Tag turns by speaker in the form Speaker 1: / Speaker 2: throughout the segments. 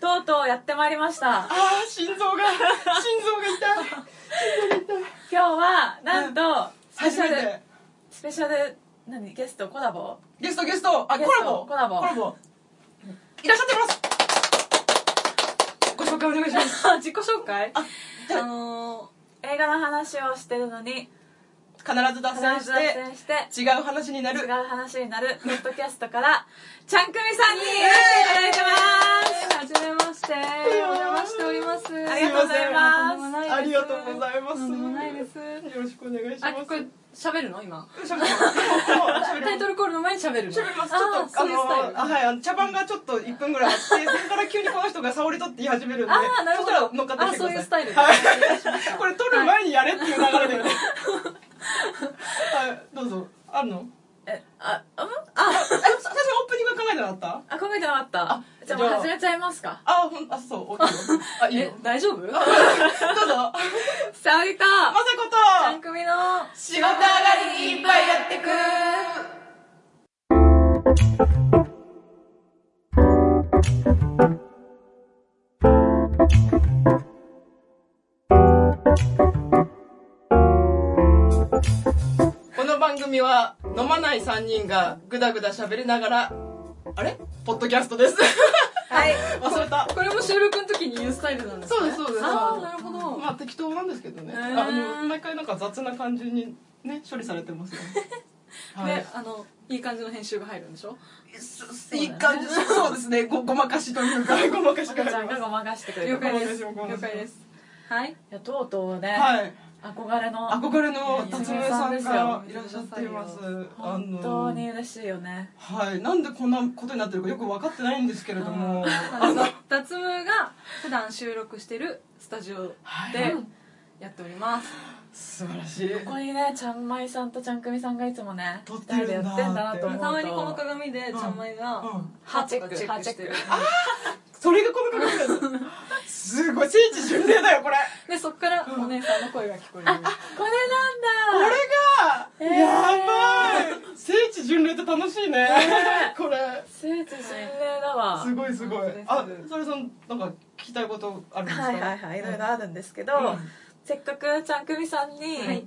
Speaker 1: とうとうやってまいりました
Speaker 2: ああ心臓が心臓が痛い
Speaker 1: 今日はなんと、スペシ
Speaker 2: 初
Speaker 1: ャ
Speaker 2: め
Speaker 1: ル
Speaker 2: て
Speaker 1: スペシャル何ゲストコラボ
Speaker 2: ゲストゲストあ
Speaker 1: ゲ
Speaker 2: コ
Speaker 1: スト
Speaker 2: ラボ
Speaker 1: コラボ
Speaker 2: いらっしゃってますご紹介お願いします
Speaker 1: 自己紹介あ
Speaker 2: あ
Speaker 1: のー映画の話をしてるのに
Speaker 2: 必ず脱線
Speaker 1: 必ず
Speaker 2: し
Speaker 1: 脱線して
Speaker 2: て違う話にな
Speaker 1: 違う
Speaker 2: る
Speaker 1: 話になるポッドキャストからちゃんくみさんに来ていただいて
Speaker 3: はじめまして。お邪魔しております。
Speaker 1: ありがとうございます
Speaker 3: とんでもないです
Speaker 2: ありがとうございます
Speaker 3: とんでもないです。
Speaker 2: よろしくお願いしま
Speaker 3: あ、
Speaker 2: す
Speaker 3: これ喋るの今。
Speaker 2: しゃべります
Speaker 3: タイトルコールの前に喋るの。
Speaker 2: しゃべりますちょっと
Speaker 3: あ
Speaker 2: あ
Speaker 3: ーそういうスタイ
Speaker 2: の
Speaker 3: ル
Speaker 2: あはいあの茶番がちょっと1分ぐらいあってそれから急にこの人が沙織とって言い始めるんで
Speaker 3: あーなる
Speaker 2: そ
Speaker 3: ほ
Speaker 2: し
Speaker 3: ど
Speaker 2: たら乗っかってきてください
Speaker 3: あそういうスタイル
Speaker 2: はい
Speaker 3: し た
Speaker 2: これ撮る前にやれっていう流れだよね はいどうぞあるの
Speaker 1: えあうんあ
Speaker 2: えさ最初オープニング考えてなかった
Speaker 1: あ考えてなかったじゃあもう
Speaker 2: じゃあ
Speaker 1: 始めちゃいますか
Speaker 2: あほんあそう OK よあいいよ
Speaker 3: え、大丈夫
Speaker 2: どうぞ
Speaker 1: 沙織と
Speaker 2: まさこ
Speaker 3: 番
Speaker 2: と
Speaker 3: 組の。
Speaker 2: 仕事上がりにいっぱいやってくこの番組は飲まない3人がぐだぐだ喋りながらあれポッドキャストです
Speaker 1: はい
Speaker 2: 忘れた
Speaker 3: これも収録の時に言うスタイルなんですね
Speaker 2: そうですそうです
Speaker 3: ああ、なるほど。
Speaker 2: まあ適当なんですけどね、
Speaker 3: へー
Speaker 2: あの毎回なんか雑な感じにね処理されてますよねはい、
Speaker 3: で、あの、いい感じの編集が入るんでしょ
Speaker 2: すいい感じそう,、ですねごごまかしというか ごまかし
Speaker 1: ち
Speaker 2: が入
Speaker 1: ゃ
Speaker 2: り
Speaker 1: ん
Speaker 2: ま
Speaker 1: が
Speaker 2: す
Speaker 1: ごまかしてくれ
Speaker 3: 了
Speaker 1: るい
Speaker 3: 解です。
Speaker 2: ご
Speaker 3: 了
Speaker 2: めんなさいごめんなさい
Speaker 3: 解です。はい。
Speaker 1: やとうとうね、
Speaker 2: はい
Speaker 1: 憧れの
Speaker 2: 憧れの
Speaker 3: いやいや
Speaker 2: 辰巳さんがい
Speaker 3: いや
Speaker 2: ら
Speaker 3: い
Speaker 2: っ
Speaker 3: や
Speaker 2: しゃっていますあ
Speaker 1: 本
Speaker 2: の
Speaker 1: 当に嬉しいよね
Speaker 2: はいなんでこんなことになってるかよく分かってないんですけれども
Speaker 3: あの脱ムが普段収録してるスタジオ
Speaker 2: はい
Speaker 3: でやっております。
Speaker 2: 素晴らしい
Speaker 1: ここにねちゃんまいさんとちゃんくみさんがいつもね
Speaker 2: 撮ってる
Speaker 1: 二人
Speaker 2: んだ
Speaker 1: でやってんだなと思うと
Speaker 3: たまにこの鏡でちゃんまいが
Speaker 2: うん
Speaker 3: 歯とかチェックしてる。
Speaker 2: それがこの角度すごい聖地巡礼だよこれ
Speaker 3: でそっからお姉さんの声が聞
Speaker 1: こ
Speaker 3: こえる。
Speaker 1: れ
Speaker 2: こ
Speaker 1: なんだ
Speaker 2: れが、
Speaker 1: えー
Speaker 2: やばい聖地巡礼って楽しいね、
Speaker 1: ね
Speaker 2: これ
Speaker 1: 聖地巡礼だわ
Speaker 2: すごいすごい
Speaker 3: 本当です
Speaker 2: あそれさんなんか聞きたいことあるんですか
Speaker 1: はいはいはいいろいろあるんですけど、
Speaker 2: うん
Speaker 1: せっかくちゃんくみさんに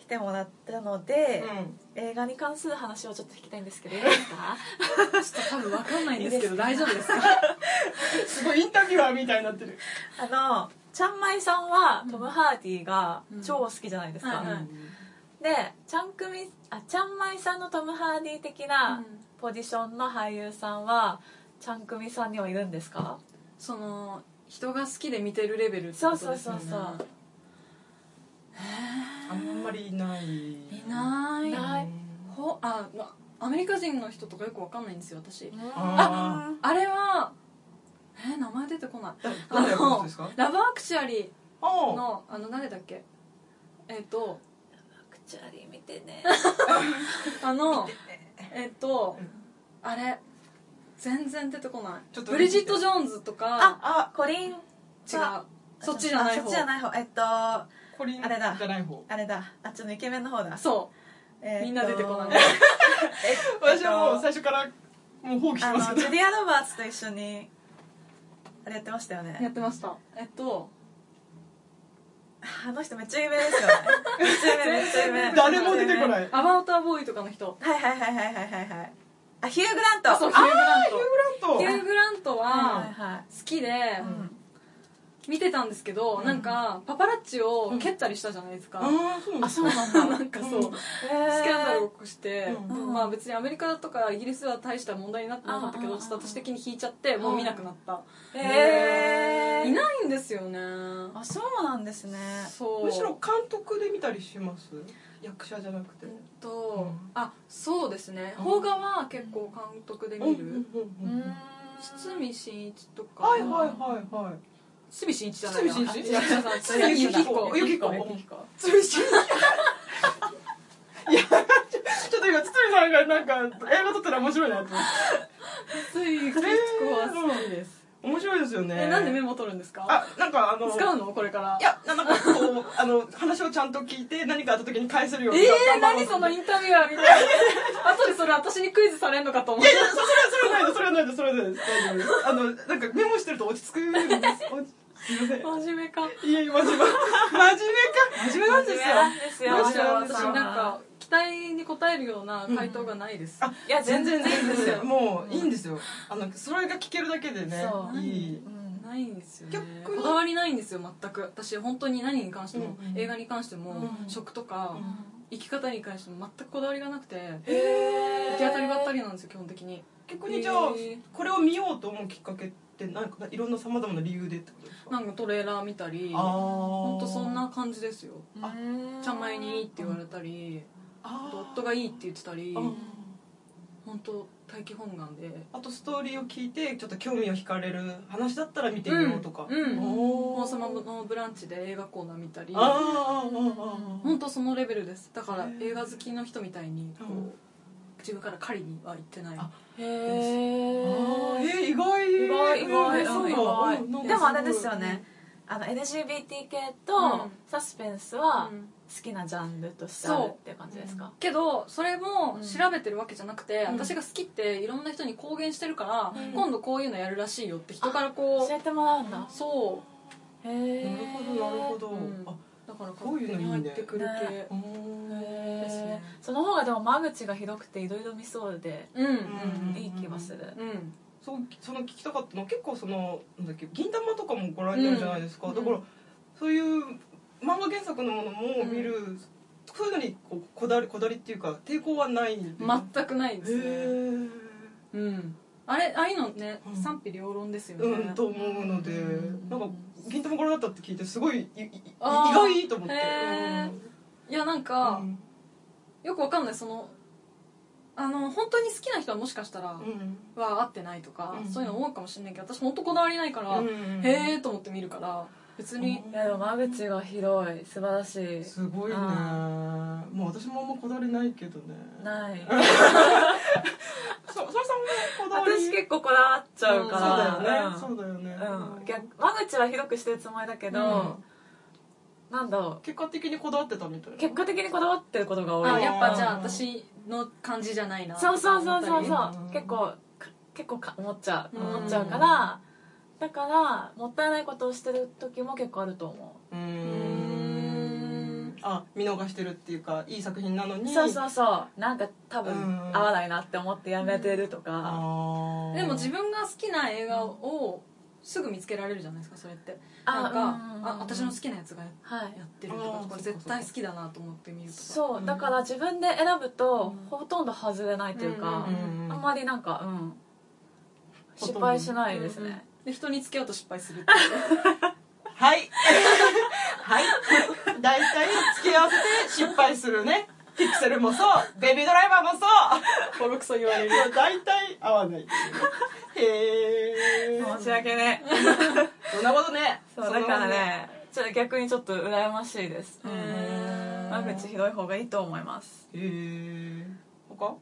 Speaker 1: 来てもらったので、
Speaker 2: うん
Speaker 1: 映画に関する話をちょっと聞きたいんですけどいいです か
Speaker 3: ちょっと多分わかんないんですけど大丈夫ですか？
Speaker 2: すごいインタビュアーみたいになってる
Speaker 1: あのちゃんまいさんはトム・ハーディが超好きじゃないですか、
Speaker 3: うんはいはい
Speaker 1: でちゃんくみあちゃんまいさんのトム・ハーディ的なポジションの俳優さんはちゃんくみさんにはいるんですか
Speaker 3: その人が好きで見てるレベルってことですよね。
Speaker 1: そうそうそうそう
Speaker 2: あんまりいない
Speaker 3: いない。
Speaker 1: ない
Speaker 3: ほあまアメリカ人の人とかよくわかんないんですよ私。
Speaker 2: あ
Speaker 3: あれはえー名前出てこない。
Speaker 2: だ
Speaker 3: あ
Speaker 2: 誰のこと
Speaker 3: の
Speaker 2: ですか
Speaker 3: ラブアクチュアリ
Speaker 2: あ
Speaker 3: ー
Speaker 2: ー
Speaker 3: のあの誰だっけ？えっ と
Speaker 1: クチャリ見て ね
Speaker 3: あのえっとあれ全然出てこない。
Speaker 2: ちょっと
Speaker 3: ブリジットジョーンズとか
Speaker 2: あ
Speaker 1: コリン
Speaker 3: 違う。そっちじゃない
Speaker 1: あそっ
Speaker 3: 方
Speaker 1: ちじ。ゃない方えっとあ
Speaker 2: コリン
Speaker 1: あれだ
Speaker 2: じゃない方
Speaker 1: れだあっちのイケメンの方だ
Speaker 3: そう。
Speaker 1: えーっと
Speaker 3: みんな出て こない
Speaker 2: 私はもう最初からもう放棄し
Speaker 1: あ
Speaker 2: ます
Speaker 1: の
Speaker 2: け
Speaker 1: ジ
Speaker 2: ど
Speaker 1: ュリア・ロバーツと一緒にあれやってましたよ
Speaker 3: やっ
Speaker 1: ね
Speaker 3: てましたえっと
Speaker 1: あの人めっちゃ有名ですよねめっちゃ有名めっちゃ有名
Speaker 2: 誰も出てこない
Speaker 3: アバウターボーイとかの人
Speaker 1: はいはいはいはいはいはいはいあヒュー・グラント
Speaker 3: そうヒュー・グラント
Speaker 2: フ
Speaker 3: ヒ
Speaker 2: ラ
Speaker 3: ュ
Speaker 2: ン
Speaker 3: ー・グラント
Speaker 1: はい
Speaker 3: は
Speaker 1: はいはい
Speaker 3: 好きで
Speaker 1: うん
Speaker 3: 見てたんですけど、なんかパパラッチを蹴ったりしたじゃないですか、
Speaker 2: あーそう
Speaker 1: あ
Speaker 2: です
Speaker 1: そ
Speaker 2: か
Speaker 1: うなんだ
Speaker 3: なんかそ
Speaker 2: う
Speaker 3: う、
Speaker 2: ん
Speaker 3: ス
Speaker 1: えー
Speaker 3: キャンダルを起こして、
Speaker 2: うん
Speaker 3: まあ別にアメリカとかイギリスは大した問題になってなかったけ
Speaker 1: あ
Speaker 3: ど
Speaker 1: ー
Speaker 3: ちょっと私的に引いちゃってもう見なくなった、
Speaker 1: えー
Speaker 3: いないんですよね
Speaker 1: あそうなんですね
Speaker 3: そう
Speaker 2: むしろ監督で見たりします役者じゃなくて
Speaker 3: えっと、
Speaker 2: うん
Speaker 3: あそうですね
Speaker 2: うん
Speaker 3: 邦画は結構監督で見る、
Speaker 1: うーん
Speaker 3: 堤真一とか
Speaker 2: はいはいはいはい
Speaker 3: 堤真一じゃないな
Speaker 2: 堤真一
Speaker 3: あ違う違う違う
Speaker 2: 堤真一
Speaker 3: 堤幸子
Speaker 2: ゆきこ
Speaker 1: ゆきこ
Speaker 2: つみしいやちょちょっと今つみさんがなんか映画撮ったら面白いなと思って
Speaker 3: つい結構は好きです。
Speaker 2: 面白いですよね
Speaker 3: えなんでメモ取るんですか
Speaker 2: あなんかあの
Speaker 3: 使うのこれから
Speaker 2: いやななんかこうあの話をちゃんと聞いて何かあった時に返せるよう
Speaker 3: え
Speaker 2: に
Speaker 3: ー、
Speaker 2: 頑張ろ
Speaker 3: 何
Speaker 2: う
Speaker 3: そのインタビュアーみたいな 後でそれ私にクイズされんのかと思っ
Speaker 2: い
Speaker 3: て
Speaker 2: やいやそれはそれはないですそれはないですそれはないです大丈夫ですあのなんかメモしてると落ち着くんです落ちすいません
Speaker 3: 真面目か
Speaker 2: いや真面目真面目か真面目なんですよ
Speaker 1: なんですよ
Speaker 3: むし
Speaker 2: 面白
Speaker 3: ろ
Speaker 2: い
Speaker 3: 私
Speaker 2: です
Speaker 3: な
Speaker 2: よ
Speaker 3: んか期待に応えるような回答がないです、
Speaker 2: あ
Speaker 1: いや全然
Speaker 2: 全然
Speaker 1: 全然
Speaker 2: もういいんですよあのそれが聞けるだけでね
Speaker 1: そう
Speaker 2: いい
Speaker 1: うん
Speaker 3: ないんですよね
Speaker 2: 逆に
Speaker 3: こだわりないんですよ全く私本当に何に関しても、
Speaker 2: うんうん
Speaker 3: 映画に関しても、
Speaker 2: うん
Speaker 3: 食とか、生き方に関しても全くこだわりがなくて
Speaker 2: え
Speaker 3: 行き当たりばったりなんですよ基本的に
Speaker 2: 逆にじゃあ
Speaker 3: えー
Speaker 2: これを見ようと思うきっかけってなんかいろんなさまざまな理由でってことですか
Speaker 3: なんかトレーラー見たり
Speaker 2: あ本
Speaker 3: ほんとそんな感じですよ
Speaker 2: あ
Speaker 3: ちゃんまいにいいって言われたりあと夫がいいって言ってたり本当大気本願で
Speaker 2: あとストーリーを聞いてちょっと興味を惹かれる話だったら見てみようとか、
Speaker 3: うんうん
Speaker 2: お
Speaker 3: 「王
Speaker 2: ー
Speaker 3: 様のブランチ」で映画コーナー見たり
Speaker 2: あーあーあーあ
Speaker 3: 本当そのレベルですだから
Speaker 2: へー
Speaker 3: 映画好きの人みたいにこう
Speaker 2: うん
Speaker 3: 自分から狩りには行ってない
Speaker 2: あ
Speaker 1: へえ
Speaker 2: ーえー意外
Speaker 1: 意外意外
Speaker 2: えーそうか
Speaker 1: 意
Speaker 2: うんな
Speaker 1: 外
Speaker 2: んか
Speaker 1: でもあれ
Speaker 2: ご
Speaker 1: で
Speaker 2: い
Speaker 1: すよねあの LGBT 系
Speaker 3: う
Speaker 1: と
Speaker 3: ん
Speaker 1: サスペンス
Speaker 3: う
Speaker 1: は
Speaker 3: ん
Speaker 1: 好きなジャンルとしてあるっていう感じですか
Speaker 3: けどそれも
Speaker 1: うん
Speaker 3: 調べてるわけじゃなくて、
Speaker 2: うん
Speaker 3: 私が好きっていろんな人に公言してるから、
Speaker 2: うん
Speaker 3: 今度こういうのやるらしいよって人からこ
Speaker 1: 教えてもらうんだ
Speaker 3: うそ
Speaker 1: へえ
Speaker 2: なるほどなるほど、
Speaker 3: うん
Speaker 2: あ
Speaker 3: うだから
Speaker 2: こう
Speaker 3: 勝
Speaker 2: いう
Speaker 3: 手
Speaker 2: のいい
Speaker 3: に
Speaker 2: ね
Speaker 3: 入ってくる系
Speaker 1: ね
Speaker 2: お
Speaker 1: へ
Speaker 3: です
Speaker 1: え
Speaker 3: ね
Speaker 1: その方がでも間口が広くていろいろ見そうで
Speaker 3: うん
Speaker 2: ん
Speaker 1: いい気がする
Speaker 3: うん
Speaker 2: そうその聞きたかったのは結構そのなんだっけ銀玉とかもご覧になるじゃないですか、
Speaker 3: うん
Speaker 2: だからそういう漫画原作のものも見る、そういうのにこうこだわりこだわりっていうか抵抗はないんで
Speaker 3: 全くないですね、
Speaker 2: へ
Speaker 3: うん、あれああいうのね、
Speaker 2: うん
Speaker 3: 賛否両論ですよ
Speaker 2: え
Speaker 3: ね、
Speaker 2: うんと思うので
Speaker 1: うん
Speaker 2: なんか銀玉ご覧だったって聞いてすごいいいい意
Speaker 3: あー
Speaker 2: 外と思って
Speaker 3: へえいやなん
Speaker 2: う
Speaker 3: か、
Speaker 2: ん
Speaker 3: よくわかんないそのあの本当に好きな人はもしかしたら、
Speaker 2: うん
Speaker 3: は合ってないとか、
Speaker 2: うん
Speaker 3: そういうの思うかもしれないけど私本当こだわりないから、
Speaker 2: うん
Speaker 3: へえと思って見るから別に、
Speaker 1: いやでも間口が広い素晴らしい
Speaker 2: すごいねもう私もあんまこだわりないけどね
Speaker 1: ない
Speaker 2: そそれさんもこだわり
Speaker 1: 私結構こだわっちゃうか
Speaker 2: そう
Speaker 1: ら
Speaker 2: だよね
Speaker 1: ん
Speaker 2: そうだよね
Speaker 1: うん、逆間口は広くしてるつもりだけど、なんだろ
Speaker 2: 結果的にこだわってたみたいうな
Speaker 1: 結果的にこだわってることが多い
Speaker 3: あやっぱじゃ
Speaker 2: う
Speaker 3: あ
Speaker 2: ん
Speaker 3: 私の感じじゃないな
Speaker 1: そうそうそうそう
Speaker 2: やっ
Speaker 1: そ
Speaker 2: ぱりね
Speaker 1: う結構か結構か思っちゃう
Speaker 3: うん
Speaker 1: 思っちゃうからだからもったいないことをしてる時も結構あると思
Speaker 2: うー
Speaker 3: ん
Speaker 2: んあ見逃してるっていうかいい作品なの
Speaker 1: う
Speaker 2: に
Speaker 1: そうそうそうなんか多分
Speaker 2: うん
Speaker 1: 合わないなって思ってやめてるとか
Speaker 2: あー
Speaker 3: でも自分が好きな映画をすぐ見つけられるじゃないですかそれって
Speaker 1: あ
Speaker 3: なんか
Speaker 1: うん
Speaker 3: あ私の好きなやつがや
Speaker 1: はい
Speaker 3: ってると
Speaker 2: あ
Speaker 3: か
Speaker 2: ー
Speaker 3: これ絶対好きだなと思って見るとか
Speaker 1: そううんだから自分で選ぶと
Speaker 3: うん
Speaker 1: ほとんど外れないというか
Speaker 2: う、ん
Speaker 1: あんまりなんかうん
Speaker 2: ほとんど
Speaker 1: 失敗しないです
Speaker 3: うんう
Speaker 1: ね
Speaker 3: ん、で人につけようと失敗するっ ていう
Speaker 2: はいはい大体付き合わせて失敗するねピクセルもそうベビードライバーもそう
Speaker 3: ボロクソ言われる
Speaker 2: いや大体合わないっていうねへえ
Speaker 1: 申し訳ねえ
Speaker 2: そんなことね
Speaker 1: そうだからねちょっと逆にちょっと羨ましいです
Speaker 3: へー
Speaker 1: 間口広い方がいいと思います
Speaker 2: へえ他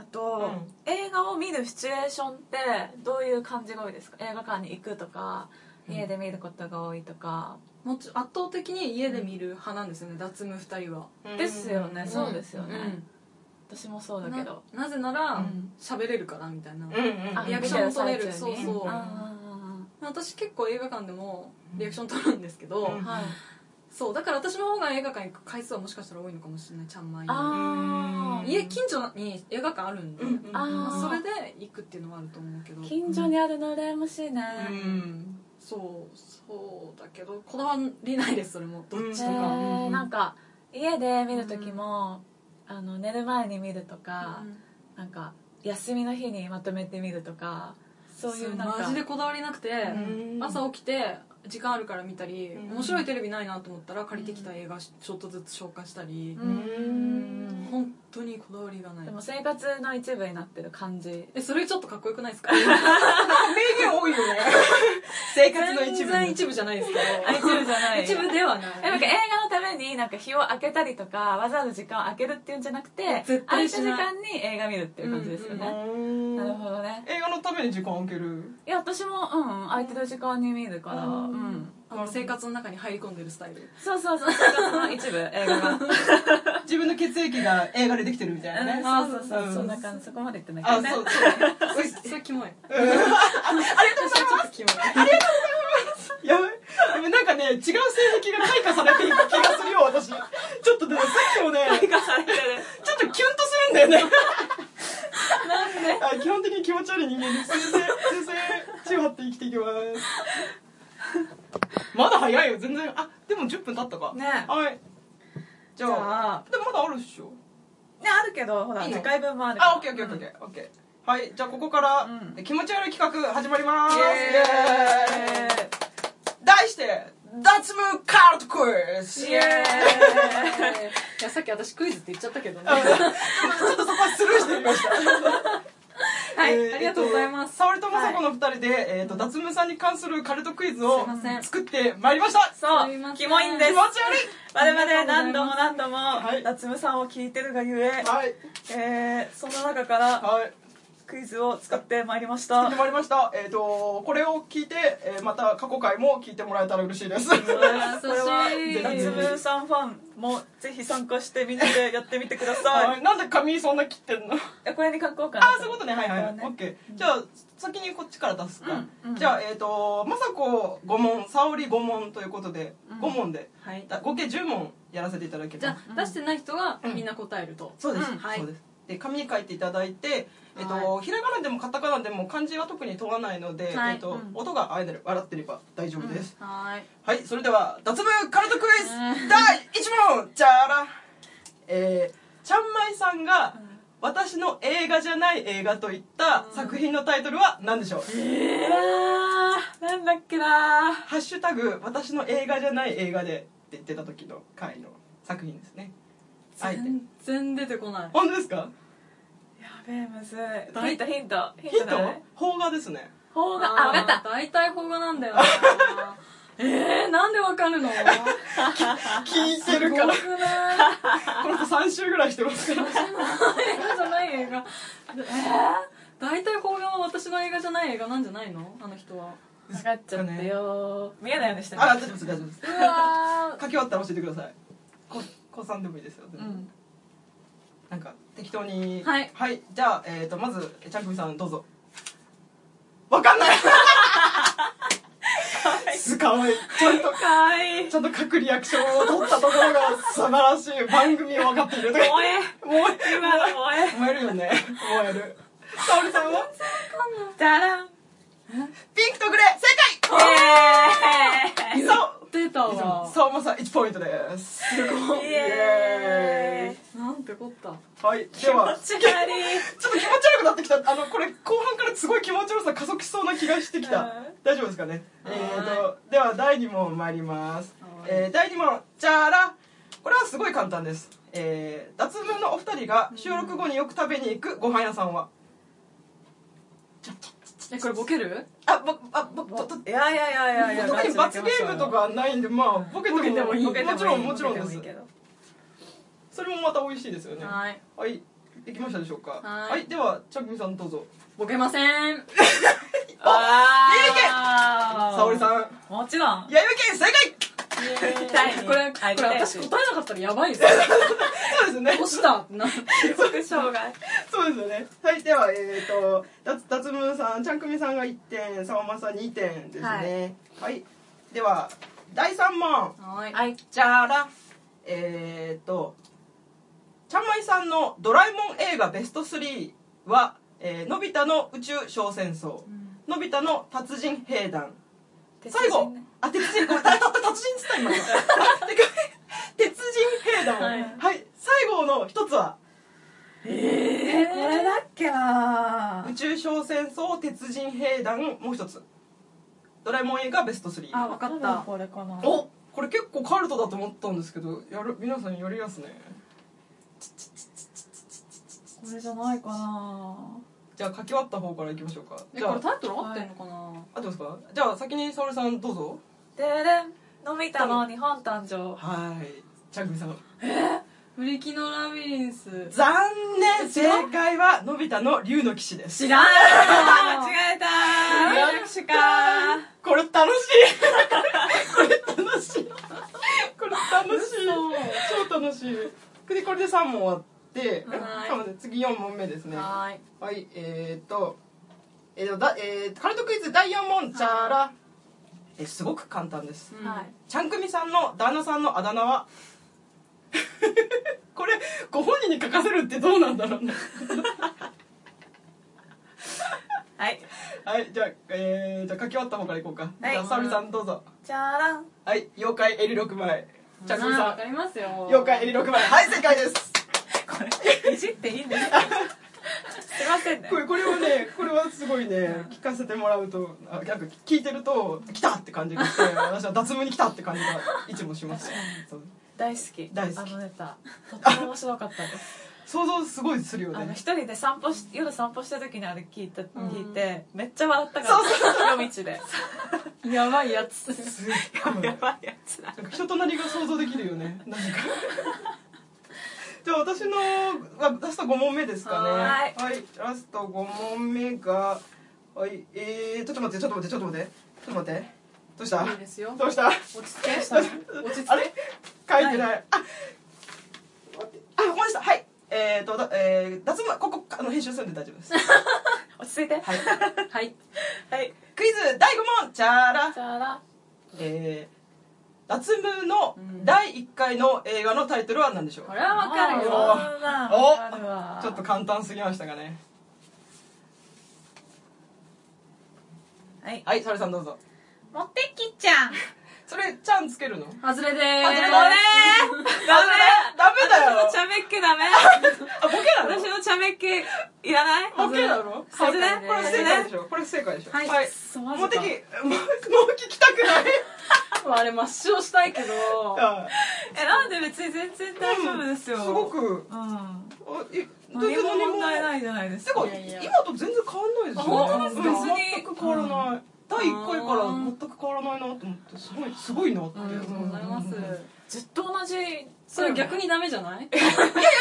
Speaker 1: あと、映画を見るシチュエーションってどういう感じが多いですか映画館に行くとか
Speaker 2: うん
Speaker 1: 家で見ることが多いとか、
Speaker 3: もうちょ圧倒的に家で見る派なんですよね脱夢二人は
Speaker 1: ですよね、
Speaker 2: うん
Speaker 1: そうですよね、
Speaker 3: うん
Speaker 1: 私もそうだけど
Speaker 3: ななぜなら
Speaker 2: うん
Speaker 3: 喋、れるからみたいな、
Speaker 2: うんうん
Speaker 1: あ
Speaker 3: リアクションも取れる
Speaker 1: 見て最中に
Speaker 3: そうそう
Speaker 1: あ
Speaker 3: 私結構映画館でもリアクション取るんですけど、
Speaker 2: うん
Speaker 1: ーはい
Speaker 3: そうだから私の方が映画館行く回数はもしかしたら多いのかもしれないちゃんまいに
Speaker 1: あー
Speaker 3: 家近所に映画館あるんで、
Speaker 2: うんうん
Speaker 1: あー
Speaker 3: まあそれで行くっていうのはあると思うけど
Speaker 1: 近所にあるの羨ましいね、
Speaker 2: うん
Speaker 3: そうそうだけどこだわりないですそれもどっちと
Speaker 1: へ
Speaker 3: か、
Speaker 1: ー
Speaker 2: うん
Speaker 1: なんか家で見る時も、あの寝る前に見るとか、
Speaker 3: うん
Speaker 1: なんか休みの日にまとめて見るとかそういうなんか
Speaker 3: マジでこだわりなくて、
Speaker 2: ん
Speaker 3: 朝起きて時間あるから見たり、
Speaker 2: うん
Speaker 3: 面白いテレビないなと思ったら借りてきた映画しちょっとずつ消化したり、
Speaker 1: う
Speaker 2: うん
Speaker 1: ん
Speaker 3: 本当にこだわりがない
Speaker 1: でも生活の一部になってる感じ
Speaker 3: えそれちょっとかっこよくないですか
Speaker 2: 名言多いよね生活の一
Speaker 3: 全
Speaker 2: 部
Speaker 3: 然一部じゃないですけど
Speaker 1: あ一部じゃない
Speaker 3: 一部ではな
Speaker 1: えなん
Speaker 3: い
Speaker 1: か映画のためになんか日を開けたりとかわざわざ時間を開けるっていうんじゃなくて
Speaker 3: 絶
Speaker 1: 空い
Speaker 3: 対
Speaker 1: た
Speaker 3: し
Speaker 1: 時
Speaker 3: ない
Speaker 1: 間に映画見るっていう感じですよ
Speaker 3: う
Speaker 1: ね、
Speaker 2: うん
Speaker 1: なるほどね
Speaker 2: 映画のために時間を空ける
Speaker 1: いや私もうんうん空いてる時間に見るから
Speaker 2: う
Speaker 1: うんん、
Speaker 3: あの生活の中に入り込んでるスタイル
Speaker 1: そうそうそうその一部映画が
Speaker 2: 自分の血液が映画でできてるみたいなね
Speaker 1: あ そうそうそう、
Speaker 2: ん
Speaker 1: そんな感じそこまで言 ってないけ
Speaker 2: あ
Speaker 1: ど
Speaker 2: そう
Speaker 1: ね
Speaker 2: そう
Speaker 3: それキモい
Speaker 2: ありがとうございます
Speaker 3: ちょっとキモい
Speaker 2: やばいでもなんかね違う性癖が開花されていく気がするよ私ちょっとでもさっきもね
Speaker 1: 映画されてる
Speaker 2: ちょっとキュンとするんだよね
Speaker 1: なんで
Speaker 2: あ基本的に気持ち悪い人間です先生先生血を張って生きていきますまだ早いよ全然あでも10分経ったか
Speaker 1: ね
Speaker 2: はい
Speaker 1: じ
Speaker 2: じゃ
Speaker 1: ゃ
Speaker 2: あ
Speaker 1: あ
Speaker 2: でもまだあるっしょ
Speaker 1: ねあるけどほら
Speaker 3: いいよ
Speaker 1: 次回分もあるから
Speaker 2: あオッケーオッケーオッケーオッケーはいじゃあここから、
Speaker 1: う
Speaker 2: 気持ち悪い企画始まります
Speaker 1: イエ
Speaker 2: イエ
Speaker 1: ー
Speaker 2: ーイ
Speaker 1: イ
Speaker 2: 題して脱毛カルトクイズ
Speaker 1: イエーイ
Speaker 3: いやさっき私クイズって言っちゃったけどね
Speaker 2: あちょっとそこはスルーしてみました
Speaker 3: はい、
Speaker 2: えー
Speaker 3: ありがとうございます。
Speaker 2: 沙織と雅子の二人で、えー、と脱毛さんに関するカルトクイズ
Speaker 3: す
Speaker 2: を
Speaker 3: いません
Speaker 2: 作ってまいりました
Speaker 1: そ
Speaker 3: すいませ
Speaker 1: うんキモいんで
Speaker 2: 気
Speaker 1: す
Speaker 2: 持ち
Speaker 1: 我
Speaker 2: 悪
Speaker 1: 々何度も何度も
Speaker 2: はい
Speaker 1: 夏夢さんを聞いてるがゆえ
Speaker 2: いはい
Speaker 1: えーその中から
Speaker 2: はい
Speaker 1: クイズを使ってまいりまし
Speaker 2: 作
Speaker 1: た
Speaker 2: ってまいりましたえっ、とこれを聞いて、えーまた過去回も聞いてもらえたら嬉しい です
Speaker 1: これは
Speaker 3: 優しい
Speaker 1: 夏夢さんファンもぜひ参加してみんなでやってみてくださ
Speaker 2: はいい、なんで髪そんな切ってんのあ
Speaker 1: えこれに書こうかな
Speaker 2: あそういうことねはいはい、
Speaker 1: こ
Speaker 2: は
Speaker 1: こ
Speaker 2: い、
Speaker 1: ね
Speaker 2: オッケーじゃあ先にこっちから出すか、
Speaker 1: うんうん
Speaker 2: じゃあえっ、と雅子5問沙織5問ということで
Speaker 1: うん
Speaker 2: 5問で、
Speaker 3: はい。
Speaker 2: だ合計10問やらせていただけます
Speaker 3: じゃあ、出してない人は
Speaker 2: うん
Speaker 3: みんな答えると。
Speaker 2: そうです、
Speaker 1: うん
Speaker 3: はい
Speaker 2: そうですで紙に書いていただいて、えっと
Speaker 3: は
Speaker 2: ひらがなでもカタカナでも漢字は特に問わないので、
Speaker 3: は
Speaker 2: え
Speaker 3: い
Speaker 2: っと
Speaker 1: うん
Speaker 2: 音があえなれ笑ってれば大丈夫です、
Speaker 3: はい。
Speaker 2: はいそれでは脱毛カルトクイズ
Speaker 3: うん
Speaker 2: 第1問じゃらえー、ちゃんまいさんが私の映画じゃない映画といった作品のタイトルは何でしょう、
Speaker 1: えーなんだっけな
Speaker 2: ハッシュタグ私の映画じゃない映画でって言ってた時の回の作品ですねあえて
Speaker 3: 全然出てこない。
Speaker 2: 本当ですか
Speaker 1: やべえむずい
Speaker 2: 大
Speaker 1: ヒントヒントヒ
Speaker 2: ヒント
Speaker 1: ない
Speaker 2: 邦画ですね
Speaker 1: 方があわかった
Speaker 3: た。大体邦画なんだよな。えー、なんでわかるの
Speaker 2: 聞いてるから
Speaker 3: すごくない
Speaker 2: この子3週ぐらいしてます から
Speaker 3: 映画じゃない映画。えー、大体邦画は私の映画じゃない映画なんじゃないのあの人は。
Speaker 1: 分かっちゃったよ見えないようにしてね
Speaker 2: あ大丈夫です大丈夫です
Speaker 3: うわ
Speaker 2: 書き終わったら教えてくださいここさんでもいいですよ、
Speaker 1: うん
Speaker 2: なんか適当に
Speaker 3: はい
Speaker 2: じゃあ、えー、とまずえちゃんくみさんどうぞわかんない すかわいいちゃんと
Speaker 1: かわいい
Speaker 2: ちゃんと書くリアクションを取ったところが素晴らしい番組を分かっているとか
Speaker 1: 萌え
Speaker 2: 燃
Speaker 1: 今の萌え
Speaker 2: え燃えるよね燃える沙織さんは
Speaker 1: じゃらん
Speaker 2: ピンクとグレ
Speaker 1: イエ
Speaker 2: ー正解そう
Speaker 3: 出たわ。
Speaker 2: 相馬さん1ポイントですすごい
Speaker 1: イエーイ
Speaker 3: なんてこった。
Speaker 2: はいで
Speaker 1: 気持
Speaker 2: は
Speaker 1: ち悪
Speaker 2: ちょっと気持ち悪くなってきたあのこれ後半からすごい気持ち悪さ加速しそうな気がしてきた、
Speaker 1: うん
Speaker 2: 大丈夫ですかねえ
Speaker 3: はい
Speaker 2: ーとでは第2問参ります
Speaker 3: はい
Speaker 2: えー第2問じゃらこれはすごい簡単ですえー、脱毛のお二人が収録後によく食べに行くご飯屋さんは、
Speaker 3: え、これボケる
Speaker 2: あぼあぼぼと
Speaker 1: いいやいやいやいやいや
Speaker 2: 特に罰ゲームとかはないんでまあボケても
Speaker 3: ボケてもいい
Speaker 2: もちろんもちろんで
Speaker 1: ボケ
Speaker 2: す
Speaker 1: てもいいけど
Speaker 2: それもまた美味しいですよねは
Speaker 3: はい。
Speaker 2: いできましたでしょうか
Speaker 3: はい
Speaker 2: ではチャクミさんどうぞ
Speaker 3: ボケません。
Speaker 1: あー
Speaker 2: 沙織さん
Speaker 1: もちろん
Speaker 2: 弥生県正解
Speaker 1: 痛いね
Speaker 3: これ、こ
Speaker 1: あ
Speaker 3: れ
Speaker 1: 痛いね
Speaker 3: 私答えなかったらやばいですよ。
Speaker 2: そうですね
Speaker 3: どうしたってなって。
Speaker 1: 特障害
Speaker 2: そうですよね。はい、では、えっ、と、脱、脱ムーさん、ちゃんくみさんが1点、さおまさん2点ですね。はい。では、第3問。
Speaker 3: はい。
Speaker 1: はい
Speaker 2: じゃら。えっ、と、ちゃんまいさんのドラえもん映画ベスト3は、えーのび太の宇宙小戦争、のび太の達人兵団、最後、あ、鉄人、ごめん、たたた達人っつった今。あてか鉄人兵団。は
Speaker 3: はいい、
Speaker 2: 最後の一つは、
Speaker 1: えー、これだっけな
Speaker 2: 宇宙小戦争鉄人兵団もう一つドラえもん映画ベスト3
Speaker 3: あ、わかっ
Speaker 1: 多分
Speaker 3: た。
Speaker 1: これかな
Speaker 2: おこれ結構カルトだと思ったんですけどやる皆さんやりやすね
Speaker 1: これじゃないかな
Speaker 2: じゃあ書き終わった方からいきましょうか
Speaker 3: え
Speaker 2: じゃ
Speaker 3: こ
Speaker 2: あ
Speaker 3: れタイトル合ってんのかな、
Speaker 2: あってますかじゃあ先に沙織さんどうぞ
Speaker 1: でれんのび太の日本誕生
Speaker 2: はいチャングミさん
Speaker 3: ブリキのラビリンス
Speaker 2: 残念正解はのび太の竜の騎士で す
Speaker 3: らん
Speaker 1: あ
Speaker 3: 違
Speaker 1: 間違えたーよしかー
Speaker 2: これ楽しいこれ楽しいこれ楽しい超楽しいでこれで3問終わって
Speaker 3: はい
Speaker 2: なので次4問目ですねは
Speaker 3: はい
Speaker 2: いえー、っとえー、とだえー、カルトクイズ第4問チャラえすごく簡単です
Speaker 3: うん
Speaker 1: はい
Speaker 2: ちゃんくみさんの旦那さんのあだ名は これご本人に書かせるってどうなんだろうね
Speaker 1: はい
Speaker 2: はいじゃあ、えー、じゃあ書き終わった方からいこうか、
Speaker 1: はい
Speaker 2: じゃあ沙織さんどうぞ
Speaker 1: じゃらん
Speaker 2: はい妖怪襟6枚ちゃんくみ
Speaker 3: あ
Speaker 2: さ
Speaker 3: わ
Speaker 2: ん
Speaker 3: かりますよ
Speaker 2: 妖怪襟6枚はい正解です
Speaker 1: これいじっていいんですかすいませんね
Speaker 2: これこれをねこれはすごいね聞かせてもらうとあなんか聞いてると来たって感じがして私は脱毛に来たって感じがいつもしますそう
Speaker 1: 大好き
Speaker 2: 大好き
Speaker 1: あのネタとっても面白かったです
Speaker 2: 想像すごいするよ
Speaker 1: あの
Speaker 2: ね
Speaker 1: 一人で散歩し夜散歩した時にあれ聞いた
Speaker 3: うん
Speaker 1: 聞いてめっちゃ笑ったから夜道で
Speaker 3: やばいやつ
Speaker 2: すっごい
Speaker 1: やばいやつだ
Speaker 2: なんか人となりが想像できるよねなんかじゃあ私のあラスト5問目ですかね
Speaker 1: はー
Speaker 2: はいラスト5問目がはいえー、ちょっと待ってちょっと待ってちょっと待ってちょっと待ってどうした
Speaker 3: いいですよ
Speaker 2: どうした
Speaker 3: 落ち着け
Speaker 2: あれ
Speaker 3: 落ち着け
Speaker 2: あれ書いてない。あ、待ってあ、思い出した。はい。えっ、ー、と、だえー、脱毛、ここ、あの、編集するんで大丈夫です。は。
Speaker 1: 落ち着いてはい
Speaker 3: はい
Speaker 1: い
Speaker 2: クイズ第5問、チャラ
Speaker 1: じ。ゃら
Speaker 2: えー、脱毛の
Speaker 3: うん
Speaker 2: 第1回の映画のタイトルは何でしょう、
Speaker 3: これはわかるよ
Speaker 2: あ
Speaker 1: そんなん
Speaker 2: お
Speaker 1: わかるわ
Speaker 2: ちょっと簡単すぎましたかね。
Speaker 1: はい
Speaker 2: はい、それさんどうぞ。
Speaker 1: 持ってきちゃん
Speaker 2: それ、ちゃんつけるの
Speaker 3: 外れで
Speaker 1: ダメ
Speaker 3: ーす
Speaker 1: ダメ
Speaker 2: ダメだよ
Speaker 1: 私の茶目っ気ダメ
Speaker 2: あ、ボケなの
Speaker 1: 私の茶目っ気いらない
Speaker 2: ボケなの
Speaker 1: 外れ
Speaker 2: これ不正解でしょこれ不正解でしょ
Speaker 3: はい
Speaker 2: はい。
Speaker 3: そうマジ
Speaker 2: も
Speaker 3: か
Speaker 2: うてき、もう、もう聞きたくない。
Speaker 3: あれ抹消したいけど
Speaker 2: あ
Speaker 1: えなんで別に全然大丈夫ですよ、
Speaker 2: すごく
Speaker 1: うん
Speaker 2: あえ
Speaker 1: 何も問題
Speaker 2: い
Speaker 1: ないじゃないです
Speaker 2: てか
Speaker 1: か
Speaker 3: いやいや
Speaker 2: 今と全然変わんないですよね
Speaker 3: あ本当です
Speaker 2: う
Speaker 3: か
Speaker 2: ん全く変わらない、第1回から全く変わらないなと思ってすごいすごいなって、
Speaker 3: ありがとうございます
Speaker 1: ずっと同じ
Speaker 3: それ逆
Speaker 1: に
Speaker 3: にダメじゃない
Speaker 2: いやいや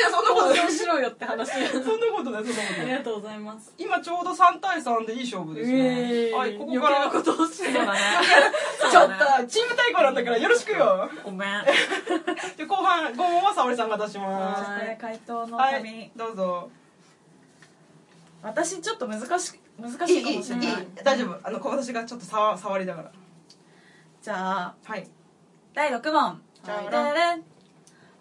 Speaker 2: そんなこと
Speaker 3: 放
Speaker 2: ない
Speaker 3: 送しろよって話
Speaker 2: そんなことないそんなこと
Speaker 3: あり
Speaker 2: ない
Speaker 3: がとうございます
Speaker 2: 今ちょうど3対3でいい勝負ですね、
Speaker 3: えー
Speaker 2: はいここから
Speaker 3: 余計なことをして
Speaker 1: そう
Speaker 3: る
Speaker 1: だ ね
Speaker 2: ちょっとチーム対抗なんだからよろしくよ
Speaker 1: ごめん
Speaker 2: で後半5問は沙織さんが出します
Speaker 1: これ回答の
Speaker 2: は
Speaker 1: 紙、
Speaker 2: いどうぞ
Speaker 1: 私ちょっと難し難しいかもしれない
Speaker 3: いいいい
Speaker 2: 大丈夫あのこう私がちょっと触触りだから
Speaker 1: じゃあ
Speaker 2: はい
Speaker 1: 第6問
Speaker 2: じゃあ
Speaker 1: でれん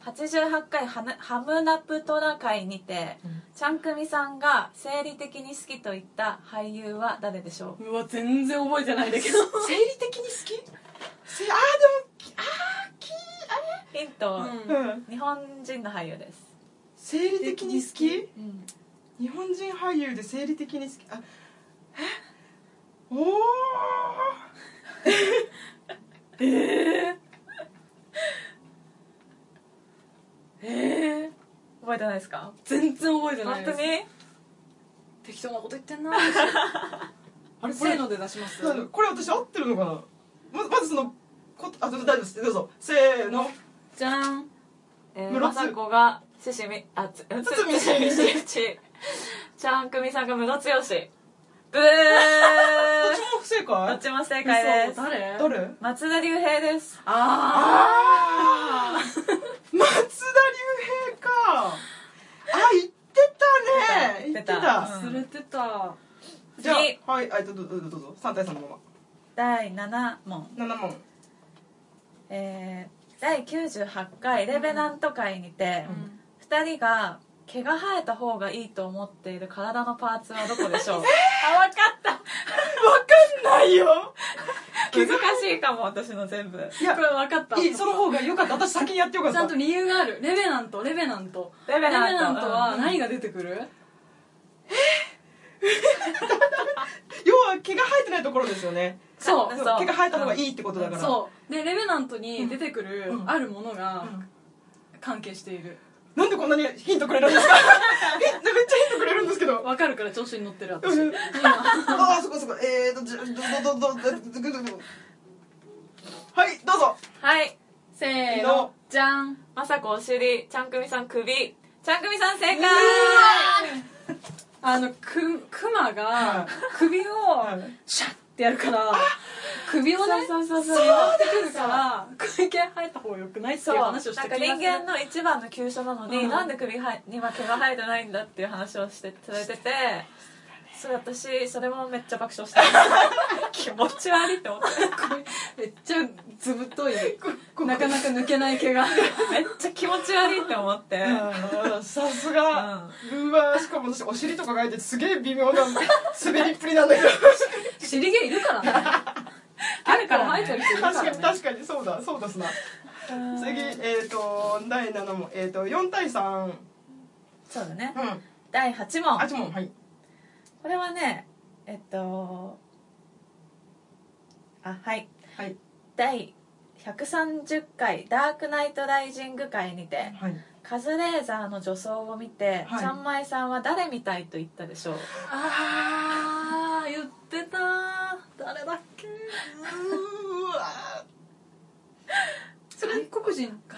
Speaker 1: 88回ハムハムナプトラ会にて、
Speaker 2: うん
Speaker 1: ちゃんくみさんが生理的に好きと言った俳優は誰でしょう
Speaker 3: うわ全然覚えてないんだけど
Speaker 2: 生理的に好きせあーでもあーき
Speaker 1: ヒント、
Speaker 3: うん
Speaker 2: あれ、
Speaker 1: 日本人の俳優です、
Speaker 2: 生理的に好き
Speaker 1: うん、
Speaker 2: 日本人俳優で生理的に好きあえおお
Speaker 3: えー
Speaker 1: 覚えてないですか
Speaker 3: 全然覚えてな
Speaker 1: 本
Speaker 3: い
Speaker 1: 当
Speaker 3: で
Speaker 1: に
Speaker 3: す適当なこと言ってん な
Speaker 2: あれこ
Speaker 3: せ
Speaker 2: れ
Speaker 3: ーので出します
Speaker 2: なんだこれ私合ってるのかなままずそのこあ大丈夫ですどうぞせーの
Speaker 3: じゃーん
Speaker 1: えー、
Speaker 2: ムロ
Speaker 1: ま
Speaker 2: ツ
Speaker 1: さこがせしみあつつ
Speaker 2: つみ
Speaker 1: つ
Speaker 2: し
Speaker 1: み
Speaker 2: み
Speaker 1: しちちゃんくみさんがムロツヨシブー
Speaker 2: どっちも不正
Speaker 1: ど
Speaker 2: 解
Speaker 1: っちも正解
Speaker 3: 嘘
Speaker 1: です
Speaker 3: 誰
Speaker 2: 誰
Speaker 1: 松田龍平です
Speaker 3: あ
Speaker 2: あー松田龍平かあ言ってたね
Speaker 1: 言
Speaker 2: 言
Speaker 1: っ
Speaker 2: ってて
Speaker 1: た
Speaker 2: た、
Speaker 1: うん
Speaker 3: ー忘れてた
Speaker 2: じゃ
Speaker 1: 次
Speaker 2: あはいあどうぞどうぞどうぞ3対3のまま
Speaker 1: 第7問
Speaker 2: 7問
Speaker 1: えー、第98回レベナント会にて、
Speaker 3: うん
Speaker 1: 二人が毛が生えた方がいいと思っている体のパーツはどこでしょう
Speaker 3: あ分かった
Speaker 2: わかんないよ
Speaker 1: 難しいかも私の全部
Speaker 2: いや
Speaker 3: これ分かった
Speaker 2: いいその方が良かった私先にやってよかっ
Speaker 3: ち
Speaker 2: た
Speaker 3: ゃんと理由があるレベナントレベナント
Speaker 1: レベナント
Speaker 3: は何が出てくる、
Speaker 2: 要は毛が生えてないところですよね
Speaker 3: そう
Speaker 1: あ
Speaker 2: 毛
Speaker 1: そう
Speaker 2: が生えた方がいいってことだから
Speaker 3: そうでレベナントに出てくる
Speaker 2: うん
Speaker 3: あるものが
Speaker 2: うん
Speaker 3: 関係している、
Speaker 2: なんでこんなにヒントくれるんですか えめっちゃヒントくれるんですけど
Speaker 3: わかるから調子に乗ってる私
Speaker 2: うん ああそこそこえーとじゅどどどどどどどどはいどうぞ
Speaker 1: はい
Speaker 3: せーのじゃん
Speaker 1: まさこお尻ちゃんくみさん首ちゃんくみさん正解
Speaker 3: あのくクマ
Speaker 2: は
Speaker 3: が首を
Speaker 2: はい
Speaker 3: シャッってやるから首をね
Speaker 1: そうそうそうそう
Speaker 3: 触ってくるから会見入った方がよくないって
Speaker 1: そ
Speaker 3: いう
Speaker 1: う
Speaker 3: 話をし
Speaker 1: な
Speaker 3: て
Speaker 1: んか人間
Speaker 3: の
Speaker 1: の一番の急所なのに、
Speaker 3: うん
Speaker 1: なんで首はには毛が生えてないんだっていう話をしてされててそれ私それもめっちゃ爆笑した 気持ち悪いって思って
Speaker 3: めっちゃずぶとい
Speaker 2: こ
Speaker 3: なかなか抜けない毛が
Speaker 1: めっちゃ気持ち悪いって思って、
Speaker 2: あーさすがルーバーしかも私お尻とか書いててすげえ微妙な 滑りっぷりなんだけど
Speaker 3: 尻毛いるからね
Speaker 1: あるから
Speaker 3: 生
Speaker 1: ね
Speaker 3: えてる人いるか
Speaker 2: 確からに
Speaker 3: ね
Speaker 2: 確かにそうだそうだすな次えっ、ー、と第7問えっ、ー、と4対3うん
Speaker 1: そうだね
Speaker 2: あ
Speaker 1: 第8問
Speaker 2: ちもはい
Speaker 1: これはねえっとあはい
Speaker 2: はい
Speaker 1: 第130回ダークナイトライジング会にて
Speaker 2: はい
Speaker 1: カズレーザーの女装を見て、
Speaker 2: はい
Speaker 1: ちゃんまいさんは誰みたいと言ったでしょう
Speaker 3: あー言ってた誰だっけ
Speaker 2: うーわそれ
Speaker 3: 外国人か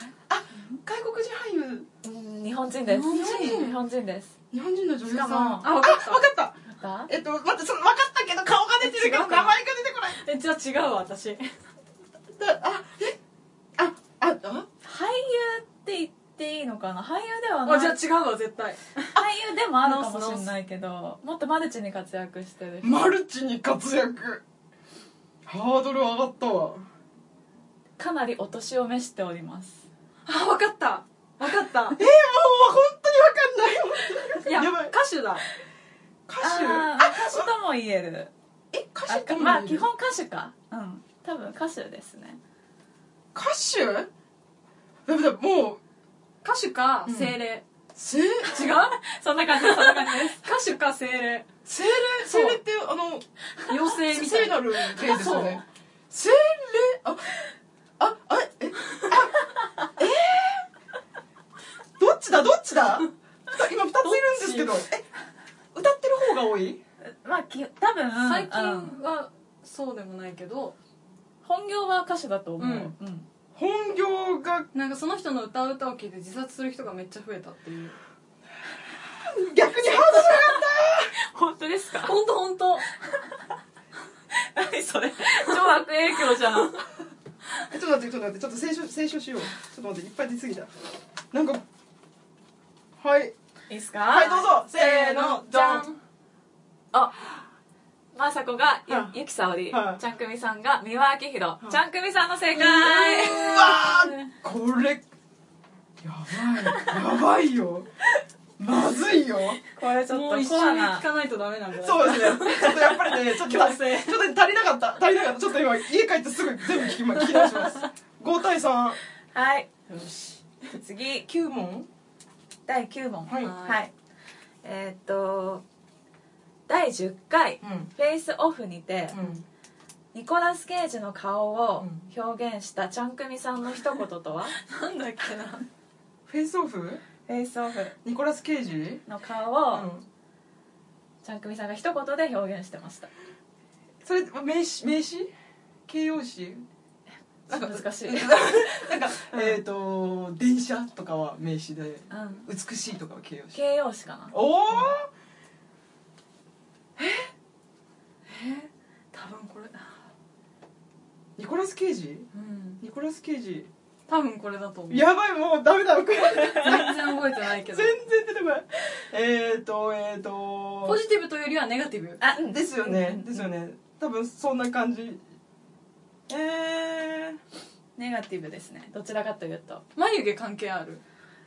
Speaker 2: 外国人俳優
Speaker 1: うん日本人です
Speaker 3: 日本
Speaker 2: 人
Speaker 1: 日本人です
Speaker 2: 日本人の女優さん
Speaker 1: しかも
Speaker 2: あわかったわかった
Speaker 1: また
Speaker 2: えっと待ってその分かったけど顔が出てるけど
Speaker 3: 違
Speaker 2: 名
Speaker 3: う
Speaker 2: 前
Speaker 3: か
Speaker 2: が出てこない
Speaker 3: えじゃあ違うわ私
Speaker 2: だあえあああ
Speaker 1: 俳優って言っていいのかな俳優ではない
Speaker 3: あじゃあ違うわ絶対
Speaker 1: 俳優でもあるかもしれないけどもっとマルチに活躍してる人
Speaker 2: マルチに活躍ハードル上がったわ
Speaker 1: かなりお年を召しております
Speaker 3: あわかったわか っ
Speaker 2: え
Speaker 3: た
Speaker 2: ー、もう本当にわかんない
Speaker 3: いや
Speaker 2: やばい
Speaker 3: 歌手だ
Speaker 2: 歌手
Speaker 1: あ
Speaker 2: あ
Speaker 1: あ歌手とも言える
Speaker 2: え歌手って
Speaker 1: あ
Speaker 2: 何
Speaker 1: まあ基本歌手かうん多分歌手ですね
Speaker 2: 歌手だめだもう
Speaker 3: 歌手か
Speaker 2: うん
Speaker 3: 精霊、
Speaker 2: せ
Speaker 3: 違う
Speaker 1: そんな感じそんな感じです
Speaker 3: 歌手か精霊
Speaker 2: 精霊
Speaker 3: そう
Speaker 2: 精霊ってあの
Speaker 3: 妖精みた
Speaker 2: 聖
Speaker 3: いな
Speaker 2: なる霊ですよね精霊あああえあえー、どっちだどっちだ今2ついるんですけど
Speaker 3: ど
Speaker 2: え歌ってる方が多い
Speaker 1: まあき多分
Speaker 3: 最近
Speaker 1: うん
Speaker 3: はそうでもないけど
Speaker 1: 本業は歌手だと思う、
Speaker 3: う
Speaker 1: うんん
Speaker 2: 本業が
Speaker 3: なんかその人の歌う歌を聴いて自殺する人がめっちゃ増えたっていう
Speaker 2: 逆にハードルが
Speaker 1: 本当ですか
Speaker 3: 本当本当
Speaker 1: 何それ超悪影響じゃん
Speaker 2: ちょっと待って、ちょっと待って、ちょっと清書、清書しよう。ちょっと待って、いっぱい出すぎた。なんか。はい。
Speaker 1: いいっすか
Speaker 2: はい、どうぞ。せーの、じゃん。
Speaker 1: あまさこがゆ,、
Speaker 2: はい
Speaker 1: ゆきさおり、
Speaker 2: はい
Speaker 1: ちゃんくみさんが三輪明宏、
Speaker 2: い
Speaker 1: ちゃんくみさんの正解、
Speaker 2: うわー、これ。やばい。やばいよ。まずいよ。
Speaker 1: これちょ
Speaker 3: も
Speaker 1: っ
Speaker 3: う
Speaker 1: と
Speaker 3: 一
Speaker 1: コア
Speaker 3: 緒に
Speaker 1: な
Speaker 3: 聞かないとダメなんだ
Speaker 2: そうですね。ちょっとやっぱりね、ちょっと、ちょっ
Speaker 3: 強
Speaker 2: と
Speaker 3: 制
Speaker 2: ね足りなかった。足りなかった。ちょっと今、家帰ってすぐ全部聞き、ま、聞き直します。五対三。
Speaker 1: はい
Speaker 3: よし
Speaker 1: 次
Speaker 2: 九問。
Speaker 1: 第9問
Speaker 2: はい
Speaker 1: はい、えーっと第10回
Speaker 2: うん。
Speaker 1: フェイスオフにて、
Speaker 2: うん。
Speaker 1: ニコラス・ケイジの顔を
Speaker 2: う
Speaker 1: 表現したちゃんくみさんの一言とは
Speaker 3: なんだっけな
Speaker 2: フェイスオフ。
Speaker 1: フェイスオフ
Speaker 2: ニコラスケイジ。
Speaker 1: の顔
Speaker 2: う
Speaker 1: を
Speaker 2: ん。
Speaker 1: ちゃんくみさんが一言で表現してました
Speaker 2: それ、名詞、名詞。形容詞。なんか
Speaker 1: 難しい、う
Speaker 2: うん
Speaker 1: ん、
Speaker 2: なんか、えっ、と電車とかは名詞で美しいとかは形容詞
Speaker 1: 形容詞かな
Speaker 2: おお
Speaker 3: 多分これ
Speaker 2: ニコラス・ケイジ
Speaker 3: うん
Speaker 2: ニコラス・ケイジ
Speaker 3: 多分これだと思う
Speaker 2: やばいもうダメだこれ
Speaker 3: 全然覚えてないけ
Speaker 2: 全
Speaker 3: ど
Speaker 2: 然出てこないえっ、ー、とえっ、ー、
Speaker 3: ポ
Speaker 2: と
Speaker 3: ジティブというよりはネガティブ
Speaker 1: あ
Speaker 2: ですよねですよね多分そんな感じえー、
Speaker 1: ネガティブですねどちらかというと
Speaker 3: 眉毛関係ある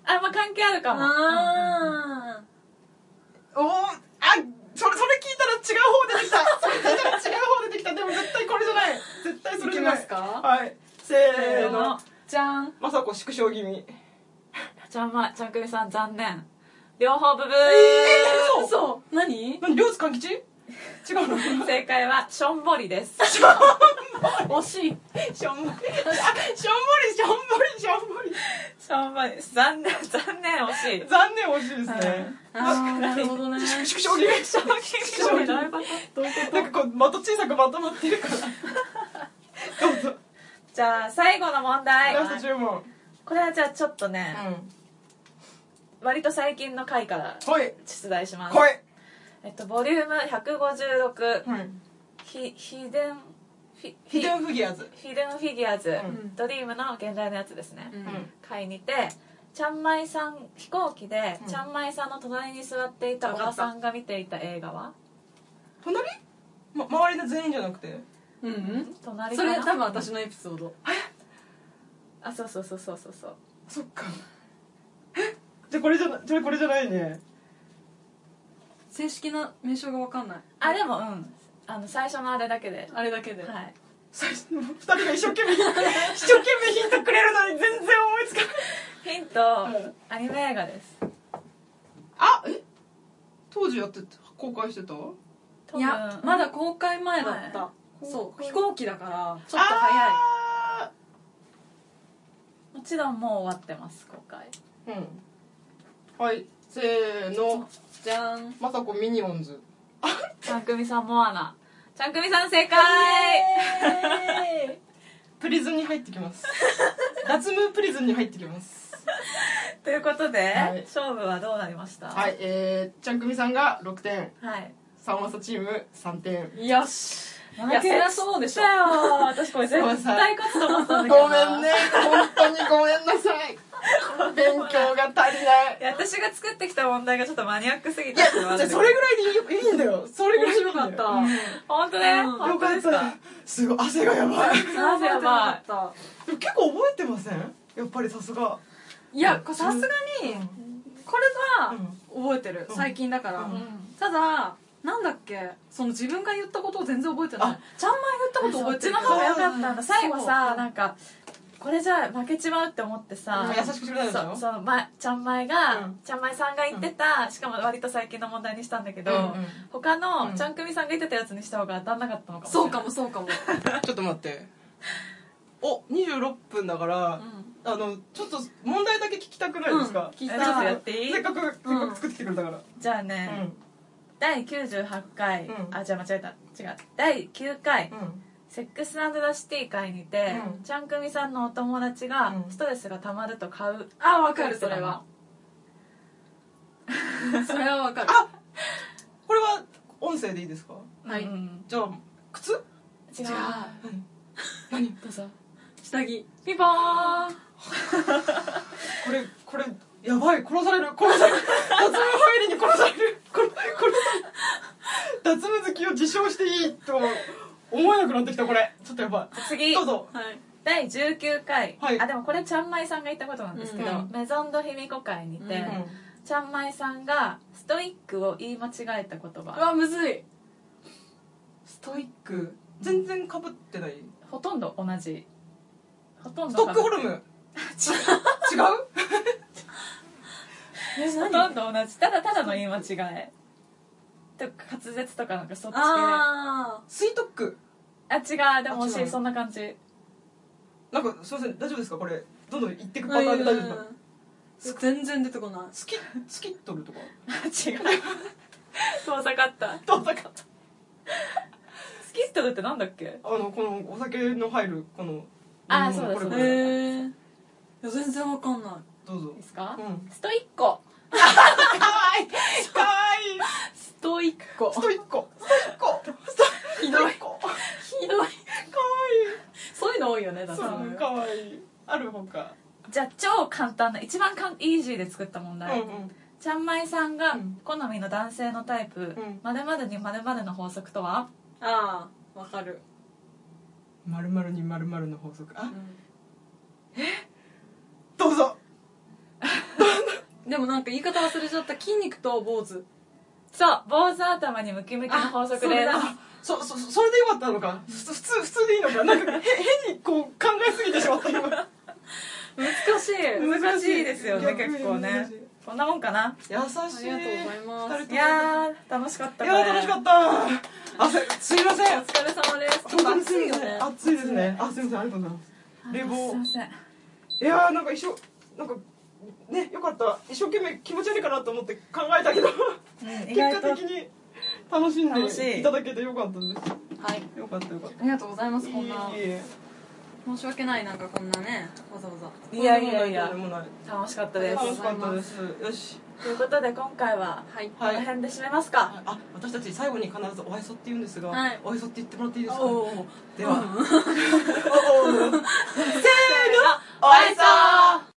Speaker 1: あまあ関係あるかも
Speaker 3: あ
Speaker 2: おおあそれそれ聞いたら違う方出てきたそれ聞いたら違う方出てきたでも絶対これじゃない絶対そ
Speaker 3: い
Speaker 2: れじ
Speaker 3: き
Speaker 2: ゃな
Speaker 3: ま
Speaker 2: い
Speaker 3: すか
Speaker 2: はいせ
Speaker 1: せ
Speaker 2: ー
Speaker 1: ーの
Speaker 2: の
Speaker 3: じゃん
Speaker 2: まさこ縮小気味
Speaker 1: ちゃんまちゃんくみさん残念両方 ブブー、
Speaker 2: 嘘
Speaker 3: 嘘何
Speaker 2: 何両津勘吉違うのしょんぼ
Speaker 1: 正解は しょんぼりです
Speaker 3: 惜しい
Speaker 2: りしょんぼりしょんぼりしょんぼり
Speaker 1: し3枚残念残念惜しい
Speaker 2: 残念惜しいですね
Speaker 3: あーなるほどね
Speaker 2: 縮小気味
Speaker 1: 賞金賞金
Speaker 3: どういうこ
Speaker 2: なんかこう的小さくまとまってる からどうぞ
Speaker 1: じゃあ最後の問題
Speaker 2: ラスト10問
Speaker 1: これはじゃあちょっとね、
Speaker 2: う
Speaker 1: 割と最近の回から
Speaker 2: んはい
Speaker 1: 出題します、
Speaker 2: 来い
Speaker 1: えっと、ボリューム156ひ秘伝ひ
Speaker 2: ヒデンフギアーズ
Speaker 1: ヒデンフィギュアーズ、
Speaker 2: うん
Speaker 1: ドリームの現代のやつですね、
Speaker 3: うん
Speaker 1: 会にてちゃんまいさん飛行機で、
Speaker 2: うん
Speaker 1: ちゃんまいさんの隣に座っていた小田さんが見ていた映画は
Speaker 2: 隣ま周りの全員じゃなくて
Speaker 3: うんうん
Speaker 1: 隣
Speaker 3: そ
Speaker 1: かな
Speaker 3: れ多分私のエピソード
Speaker 1: あそうそうそうそうそうそう
Speaker 2: そっかえじゃあこれじゃなじゃあこれじゃないね
Speaker 3: 正式な名称が分かんない
Speaker 1: あでもうんあの最初のあれだけで
Speaker 3: あれだけで
Speaker 1: はい
Speaker 2: 最初の2人が一生懸命一生懸命ヒントくれるのに全然思いつかない
Speaker 1: ヒント、
Speaker 2: うん
Speaker 1: アニメ映画です
Speaker 2: あえ当時やってた公開してた
Speaker 1: 多分
Speaker 3: いやまだ公開前だった、
Speaker 1: は
Speaker 3: そう
Speaker 2: 公開
Speaker 3: 飛行機だからちょっと早い
Speaker 2: あ
Speaker 1: もちろんもう終わってます公開
Speaker 2: ーうんはいせーの
Speaker 3: じゃん
Speaker 2: まさこミニオンズ
Speaker 1: ちゃんくみさんモアナちゃんくみさん正解
Speaker 2: プリズンに入ってき ます脱ムープリズンに入ってきます
Speaker 1: ということで、
Speaker 2: はい
Speaker 1: 勝負はどうなりました
Speaker 2: はいえー、ちゃんくみさんが6点
Speaker 1: はい
Speaker 2: 三わさチーム3点
Speaker 3: よし
Speaker 1: い
Speaker 3: いやそりゃそうでしょ
Speaker 1: だよ私これ絶対勝つと思ったん
Speaker 2: ごめん
Speaker 1: だけどな
Speaker 2: ね本当にごめんなさい勉強が足りない
Speaker 1: いや私が作ってきた問題がちょっとマニアックすぎて
Speaker 2: いや
Speaker 1: ちょっと待
Speaker 2: じゃあ
Speaker 1: って
Speaker 2: それぐらいでいいいいんだよそれぐらい
Speaker 3: 面
Speaker 2: でいい
Speaker 3: 白
Speaker 2: んだ
Speaker 3: か
Speaker 2: よ
Speaker 3: った、
Speaker 2: うん
Speaker 1: 本当ね、
Speaker 3: うん
Speaker 1: 本
Speaker 2: よ
Speaker 1: 当
Speaker 2: か
Speaker 1: で
Speaker 2: っ
Speaker 1: すか
Speaker 2: たすごい汗がやばい
Speaker 1: なぜやばい
Speaker 3: ば
Speaker 2: でも結構覚えてませんやっぱりさすが
Speaker 3: いいやこれさすがにこれは覚えてる、
Speaker 2: うん
Speaker 3: 最近だから、
Speaker 2: う
Speaker 1: うん
Speaker 3: ただなんだっけその自分が言ったことを全然覚えてない
Speaker 2: あ
Speaker 3: ちゃんまい言ったこと
Speaker 1: そ
Speaker 3: 覚
Speaker 1: っ
Speaker 3: え
Speaker 1: ち
Speaker 3: てる
Speaker 1: の
Speaker 3: けど
Speaker 1: 方が良かったんだ最後
Speaker 3: そ
Speaker 1: さ
Speaker 3: う
Speaker 1: なんかこれじゃ負けちまうって思ってさ
Speaker 2: うん優しくしてくれたでしょ
Speaker 1: そうそう、ま、ちゃんまいが、
Speaker 2: うん
Speaker 1: ちゃんまいさんが言ってた、しかも割と最近の問題にしたんだけど、
Speaker 2: うんうん
Speaker 1: 他の
Speaker 2: うん
Speaker 1: ちゃんくみさんが言ってたやつにした方が当たんなかったのかもしれ
Speaker 3: そう
Speaker 1: ない
Speaker 3: かもそうかも、
Speaker 2: ちょっと待ってお26分だから、あのちょっと問題だけ聞きたくないですか、
Speaker 3: うん聞い
Speaker 1: たえちょっとやっていい
Speaker 2: せっかくせっかく作ってきてくれたから
Speaker 1: じゃあね、第98回、
Speaker 2: うん
Speaker 1: あじゃあ間違えた違う第9回、セックスザ・シティ会にて、
Speaker 2: うん
Speaker 1: ちゃんくみさんのお友達が
Speaker 2: うん
Speaker 1: ストレスがたまると買う
Speaker 3: あわかるそれはそれはわかる
Speaker 2: あこれは音声でいいですか
Speaker 3: はい
Speaker 1: うん
Speaker 2: じゃあ靴
Speaker 1: 違う
Speaker 3: じゃあ
Speaker 1: どうぞ
Speaker 3: 下着
Speaker 1: ピンポーン
Speaker 2: これこれやばい殺される殺される脱毛ファイリに殺されるこれこれ脱毛好きを自称していいと思えなくなってきたこれちょっとやばい
Speaker 1: 次
Speaker 2: どうぞ
Speaker 3: はい
Speaker 1: 第19回、
Speaker 2: はい
Speaker 1: あでもこれちゃんまいさんが言ったことなんですけど、
Speaker 2: うん
Speaker 1: メゾンド卑弥呼会にて、
Speaker 3: うん
Speaker 1: ちゃんまいさんがストイックを言い間違えた言
Speaker 3: う
Speaker 1: 葉
Speaker 3: わむずい
Speaker 2: ストイック全然かぶってない
Speaker 1: ほとんど同じほとん
Speaker 2: ス
Speaker 1: ど
Speaker 2: ト
Speaker 1: が
Speaker 2: ックホルム違う
Speaker 3: え
Speaker 1: ほとんど同じただただの言い間違えとか滑舌とかなんかそっち系あ
Speaker 3: あ
Speaker 2: スイトック
Speaker 1: 違うでも
Speaker 2: あ
Speaker 1: 惜
Speaker 2: 違
Speaker 1: し
Speaker 2: う
Speaker 1: いそんな感じ
Speaker 2: なんかすいません大丈夫ですかこれどんどん言ってく
Speaker 3: ー
Speaker 2: パターンで大丈夫ですか
Speaker 3: うん全然出てこない
Speaker 2: スキスキットルとか
Speaker 1: 違う遠ざかった
Speaker 2: どうだか
Speaker 1: スキットルってなんだっけ
Speaker 2: あのこのお酒の入るこの
Speaker 1: あ
Speaker 2: 飲み
Speaker 1: そうだ
Speaker 2: 物こ
Speaker 1: そうだ
Speaker 2: れこれ
Speaker 3: へえ全然わかんない
Speaker 2: どうぞ
Speaker 1: ですか、
Speaker 2: うん
Speaker 1: ストイッコ
Speaker 2: かわいいかわいい
Speaker 1: ストイッコ
Speaker 2: ストイッコストイッコストイッコひどいコかわ
Speaker 3: ひどい
Speaker 2: い
Speaker 3: そういうの多いよねだ
Speaker 2: い
Speaker 3: って
Speaker 2: そうかわいいあるほか
Speaker 1: じゃあ超簡単な一番かんイージーで作った問
Speaker 2: う
Speaker 1: 題、
Speaker 2: ん
Speaker 1: ちゃんまいさんが
Speaker 2: うん
Speaker 1: 好みの男性のタイプ
Speaker 2: ん
Speaker 1: まるまるにまるまるの法則とは
Speaker 3: ああわかる、
Speaker 2: まるまるにまるまるの法則あ
Speaker 3: う
Speaker 2: どうぞ
Speaker 3: ん、でもなんか言い方忘れちゃった筋肉と坊主
Speaker 1: そう坊主頭にムキムキの法則です
Speaker 2: あそそそそれでよかったのかふつ普通普通でいいのかなんかへ変にこう考えすぎてしまった今
Speaker 3: 難しい
Speaker 1: 難しいですよね
Speaker 2: 難しい
Speaker 1: 結構ね
Speaker 2: 難しい
Speaker 1: こんなもんかな
Speaker 2: 優しい
Speaker 3: ありがとうございま
Speaker 2: 二人
Speaker 3: す
Speaker 2: とも
Speaker 1: いやー楽しかった
Speaker 2: いやー楽しかった汗すいません
Speaker 1: お疲れ様です
Speaker 2: 本当にす
Speaker 3: 暑い
Speaker 2: みま
Speaker 3: よ
Speaker 2: せ
Speaker 3: ね
Speaker 2: ん暑いですねあすいませんありがとうございます冷
Speaker 1: すい
Speaker 2: 房
Speaker 1: ません
Speaker 2: いやーなんか一生なんかねよかった一生懸命気持ち悪いかなと思って考えたけど
Speaker 1: うん意
Speaker 2: 結
Speaker 1: 外
Speaker 2: 果
Speaker 1: と
Speaker 2: 的に楽しん
Speaker 1: 楽し
Speaker 2: で
Speaker 1: い
Speaker 2: いただけてよかったです
Speaker 3: はい
Speaker 2: よかったよかった
Speaker 3: ありがとうございますこんない
Speaker 2: えいえ
Speaker 3: 申し訳ないなんかこんなねわざわざ
Speaker 1: いやいやい
Speaker 2: と
Speaker 1: や
Speaker 2: んでもなとんでもない
Speaker 1: 楽しかったで
Speaker 3: りがとう
Speaker 2: 楽
Speaker 3: ご
Speaker 2: し
Speaker 1: す
Speaker 2: か
Speaker 3: ざい
Speaker 2: ったで
Speaker 3: ま
Speaker 2: すよし
Speaker 1: ということで今回は
Speaker 3: はい
Speaker 1: この辺で締めますか
Speaker 2: あ私たち最後に必ずおへそって言うんですが、
Speaker 3: はい
Speaker 2: おへそって言ってもらっていいですか
Speaker 3: おー
Speaker 2: では、
Speaker 3: うん
Speaker 2: おー
Speaker 1: せーの
Speaker 2: おへそ